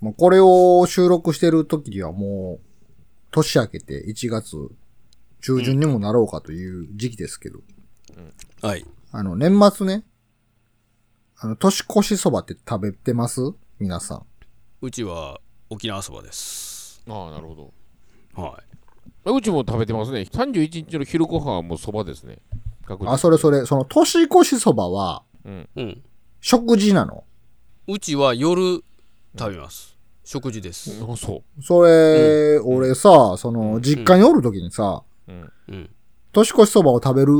もうこれを収録してる時にはもう、年明けて1月中旬にもなろうかという時期ですけど、はい。あの、年末ね、あの、年越しそばって食べてます皆さん。うちは沖縄そばです。ああ、なるほど。はうちも食べてますね。31日の昼ご飯はもうそばですね。確実あ、それそれ、その年越しそばはいう。うん。食事なのうちは夜食べます。食事です。あそそれ、俺さ、その、実家におる時にさ、うん。年越しそばを食べる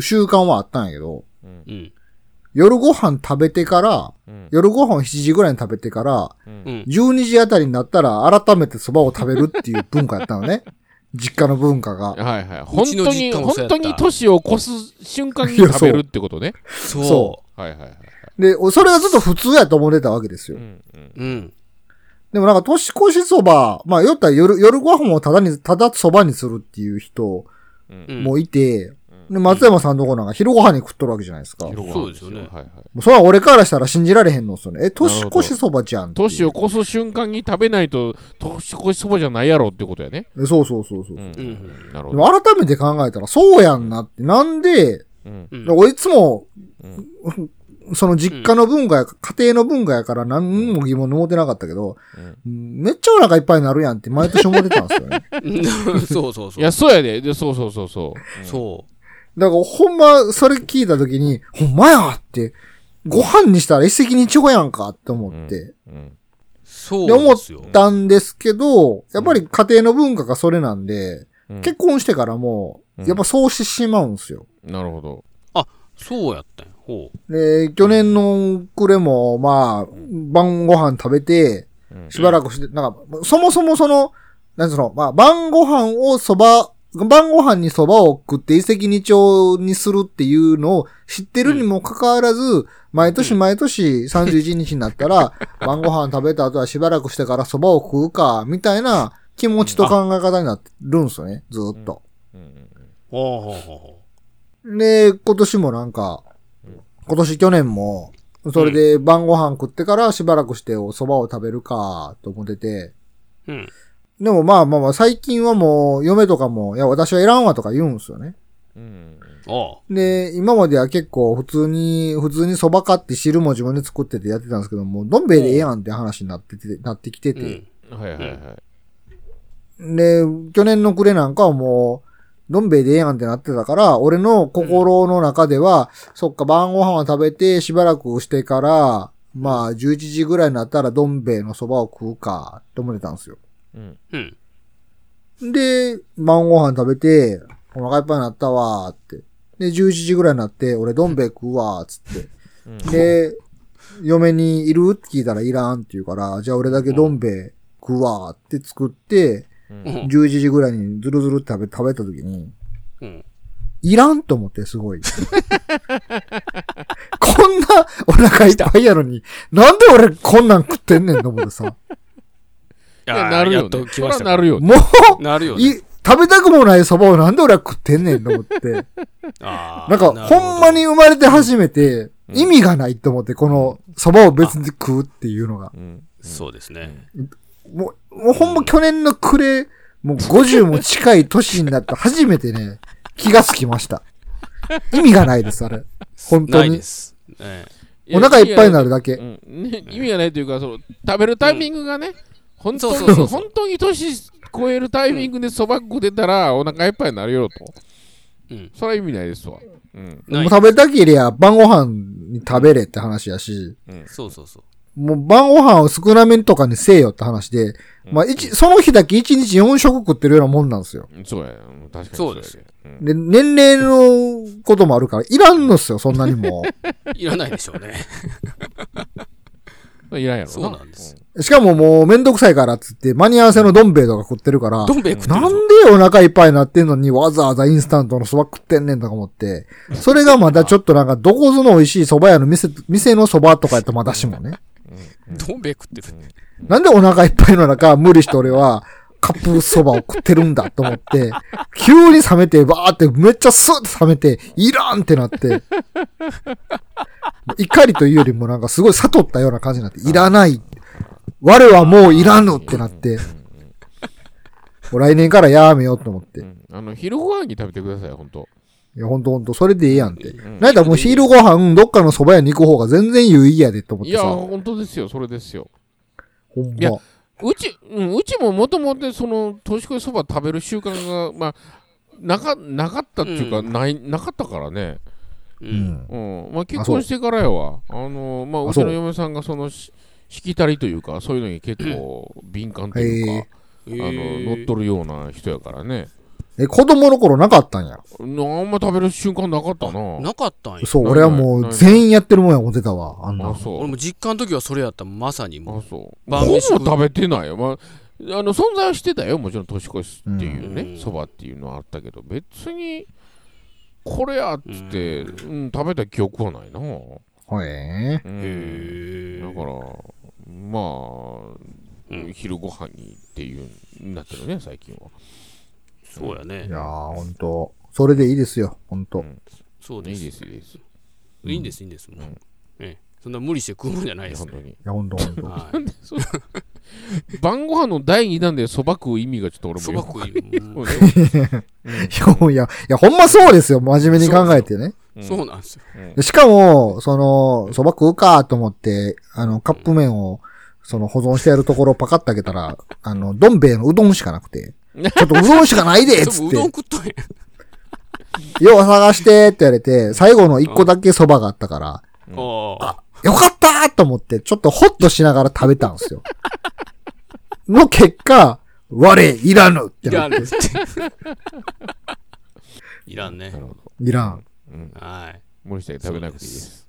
習慣はあったんやけど、うん。夜ご飯食べてから、うん夜ご飯を7時ぐらいに食べてから、うん。 12時あたりになったら改めて蕎麦を食べるっていう文化やったのね。実家の文化う。が。はいはい。本うちの当実に、家もそうやった本当に年を越す瞬間にいや食べるってことね。そう。そはいはいはい。で、おそれがずっと普通やと思ってたわけですよう。んうん。うん。でもなんか年越しそば、まあ言ったら夜、夜ご飯をただに、ただ蕎麦にするっていう人うん、もいて、で、松山さんのとこなんか昼ご飯に食っとるわけじゃないですか。も昼ご飯そうですよねはいはい。うそれは俺からしたら信じられへんのっすよね。え、年越しそばじゃんっていう。年を越す瞬間に食べないと、年越しそばじゃないやろってことやね。えそうそうそうそう。うんう。なるでほど。も改めて考えたら、そうやんなって。なんで、うん。うん。俺いつも、その実家の文化や、家庭の文化やから何も疑問に思ってなかったけど、めっちゃお腹いっぱいになるやんって毎年思ってたんですよね。 そうそうそいうや、。そうやで。で、そうそうそうそう。そだからほんま、それ聞いた時に、ほんまやって、ご飯にしたら一石二鳥やんかって思って、うん。うん。う。そうで思でっすよ。たんですけど、やっぱり家庭の文化がそれなんで、うん結婚してからも、うんやっぱそうしてしまうんですよ。なるほど。そうやったんや。ほう。で、去年の暮れも、まあ、晩ご飯食べて、うんしばらくして、なんか、そもそもその、なんつうの、まあ、晩ご飯をそば、晩ご飯にそばを食って一石二鳥にするっていうのを知ってるにもかかわらず、毎年毎年31日になった ら、晩ご飯食べた後はしばらくしてからそばを食うか、みたいな気持ちと考え方になってるんですよね、ずーっと。うんうんほうほうほうほで、今年もなんか、今年去年も、それで晩ご飯食ってからしばらくしてお蕎麦を食べるか、と思ってて。う。うん。でもまあまあまあ、最近はもう、嫁とかも、いや、私はいらんわとか言うんすよね。うん。あで、今までは結構普通に、普通に蕎麦買って汁も自分で作っててやってたんですけども、どん兵衛でええやんって話になってて、なってきてあ。うて。ん。はいはいはい。で、去年の暮れなんかはもう、どん兵衛でええやんってなってたから、俺の心の中では、そっか、晩ご飯を食べて、しばらくしてから、まあ、11時ぐらいになったら、どん兵衛の蕎麦を食うか、って思ってたんですよ。うん。うん。で、晩ご飯食べて、お腹いっぱいになったわーって。で、11時ぐらいになって、俺どん兵衛食うわーっつって。で、嫁にいるって聞いたらいらんって言うから、じゃあ俺だけどん兵衛食うわーって作って、うん。 11時ぐらいにズルズルって食べ食べた時に、うん。いらんと思ってすごい。 こんなお腹いっぱいやのに、なんで俺こんなん食ってんねんと思ってさ。いいやや、なるやよっとね。来そましらたなるよね。も う、なるよね。い食べたくもないそばをなんで俺は食ってんねんと思って。ああなんか、ほんまに。生まれて初めて、意味がないと思って、この、蕎麦を別に食うっていうのが。うん。そうですね。もう、もうほんま去年の暮れ、もう50も近い年になって初めて ね、気がつきました。意味がないです、あれ。本当ないにで。す。えお腹いっぱいにるなるだけう。ん、ね意味がないというか、その食べるタイミングがね、本当にそうそうそう本当に年超えるタイミングでそばっく出たら、お腹いっぱいになるよと。えうん。それは意味ないですわ。うん。なもうい。食べたけりゃ晩ご飯に食べれって話やし、そうそうそう。もう晩ご飯を少なめとかにせえよって話で、まあ一、その日だけ1日4食食ってるようなもんなんですよ。そうや。うん確かにやそうですうんで、年齢のこともあるから、いらんのっすよ、そんなに も。いらないでしょうね。それいらんやろそうなんです。しかももうめんどくさいからっつって、間に合わせのどん兵衛とか食ってるから、どん兵衛食ってるなでんしょでお腹いっぱいになってんのにわざわざインスタントの蕎麦食ってんねんとか思って、それがまだちょっとなんかどこぞの美味しい蕎麦屋の店、店の蕎麦とかやったらまだしもね。どん兵衛食ってる。なんでお腹いっぱいの中無理して俺はカップ蕎麦を食ってるんだと思って、急に冷めて、バーってめっちゃスーって冷めて、いらんってなって、怒りというよりもなんかすごい悟ったような感じになって、いらない。我はもういらぬってなって、もう来年からやめようと思って。ういんあの昼ご飯に食べてください、本当。や、ほんとほんと、それでええやんって。んなんだもう昼ご飯どっかの蕎麦屋に行く方が全然有意義やでと思っいてや、さ。本当ですよ、それですよ。ほんいやま。うち、うん、うちももともとその年越しそば食べる習慣が、まあ、なかなかったっていうか、うんないなかったからね、う。うんん。うんまあ、あ結そう婚してからやわ、あのまあ、あうちそうの嫁さんがそのししきたりというか、そういうのに結構敏感というか、へああの乗っとるような人やからね、え、子供の頃なかったんや。なあんま食べる瞬間なかったな。なかったんや。そう、ない俺はもなうい全員やってるもんや思ってたわ。あんなあ、。そう。俺も実家の時はそれやったまさにもあ、そう。晩ほぼ飯食う食べてないよ。まああの存在はしてたよ、もちろん年越しっていううね、んそばっていうのはあったけど、別にこれやっつって、うん、食べた記憶はないな。うほえう。ん、へえ。だから、まあ、うん昼ご飯にっていうになってるね、最近は。そうやー。いねや。ー、ほんと。それでいいですよ。ほんと。そういでいす。です、いいです。いいんです、いいんです。もううんええそんな無理して食うもんじゃないですね。本当に。いや、ほんとほんと。はい。晩ご飯の第2弾でそば食う意味がちょっと俺そもばよ食いもう。いや、もういや、いや、ほんまそうですよ。真面目に考えてね。うんそうなんですよ。でしかも、その、蕎麦食うかと思って、あの、カップ麺を、その、保存してやるところをパカッと開けたら、あの、どん兵衛のうどんしかなくて、ちょっとうどんしかないでっそつっううどんて、食っとんや。よう探してって言われて、最後の一個だけ蕎麦があったから、ああ。よかったーと思って、ちょっとホッとしながら食べたんですよ。の結果、我いらぬっていならっんてね。いらんねな。るほど。いらん。うん。はい。無理して食べなくていいです。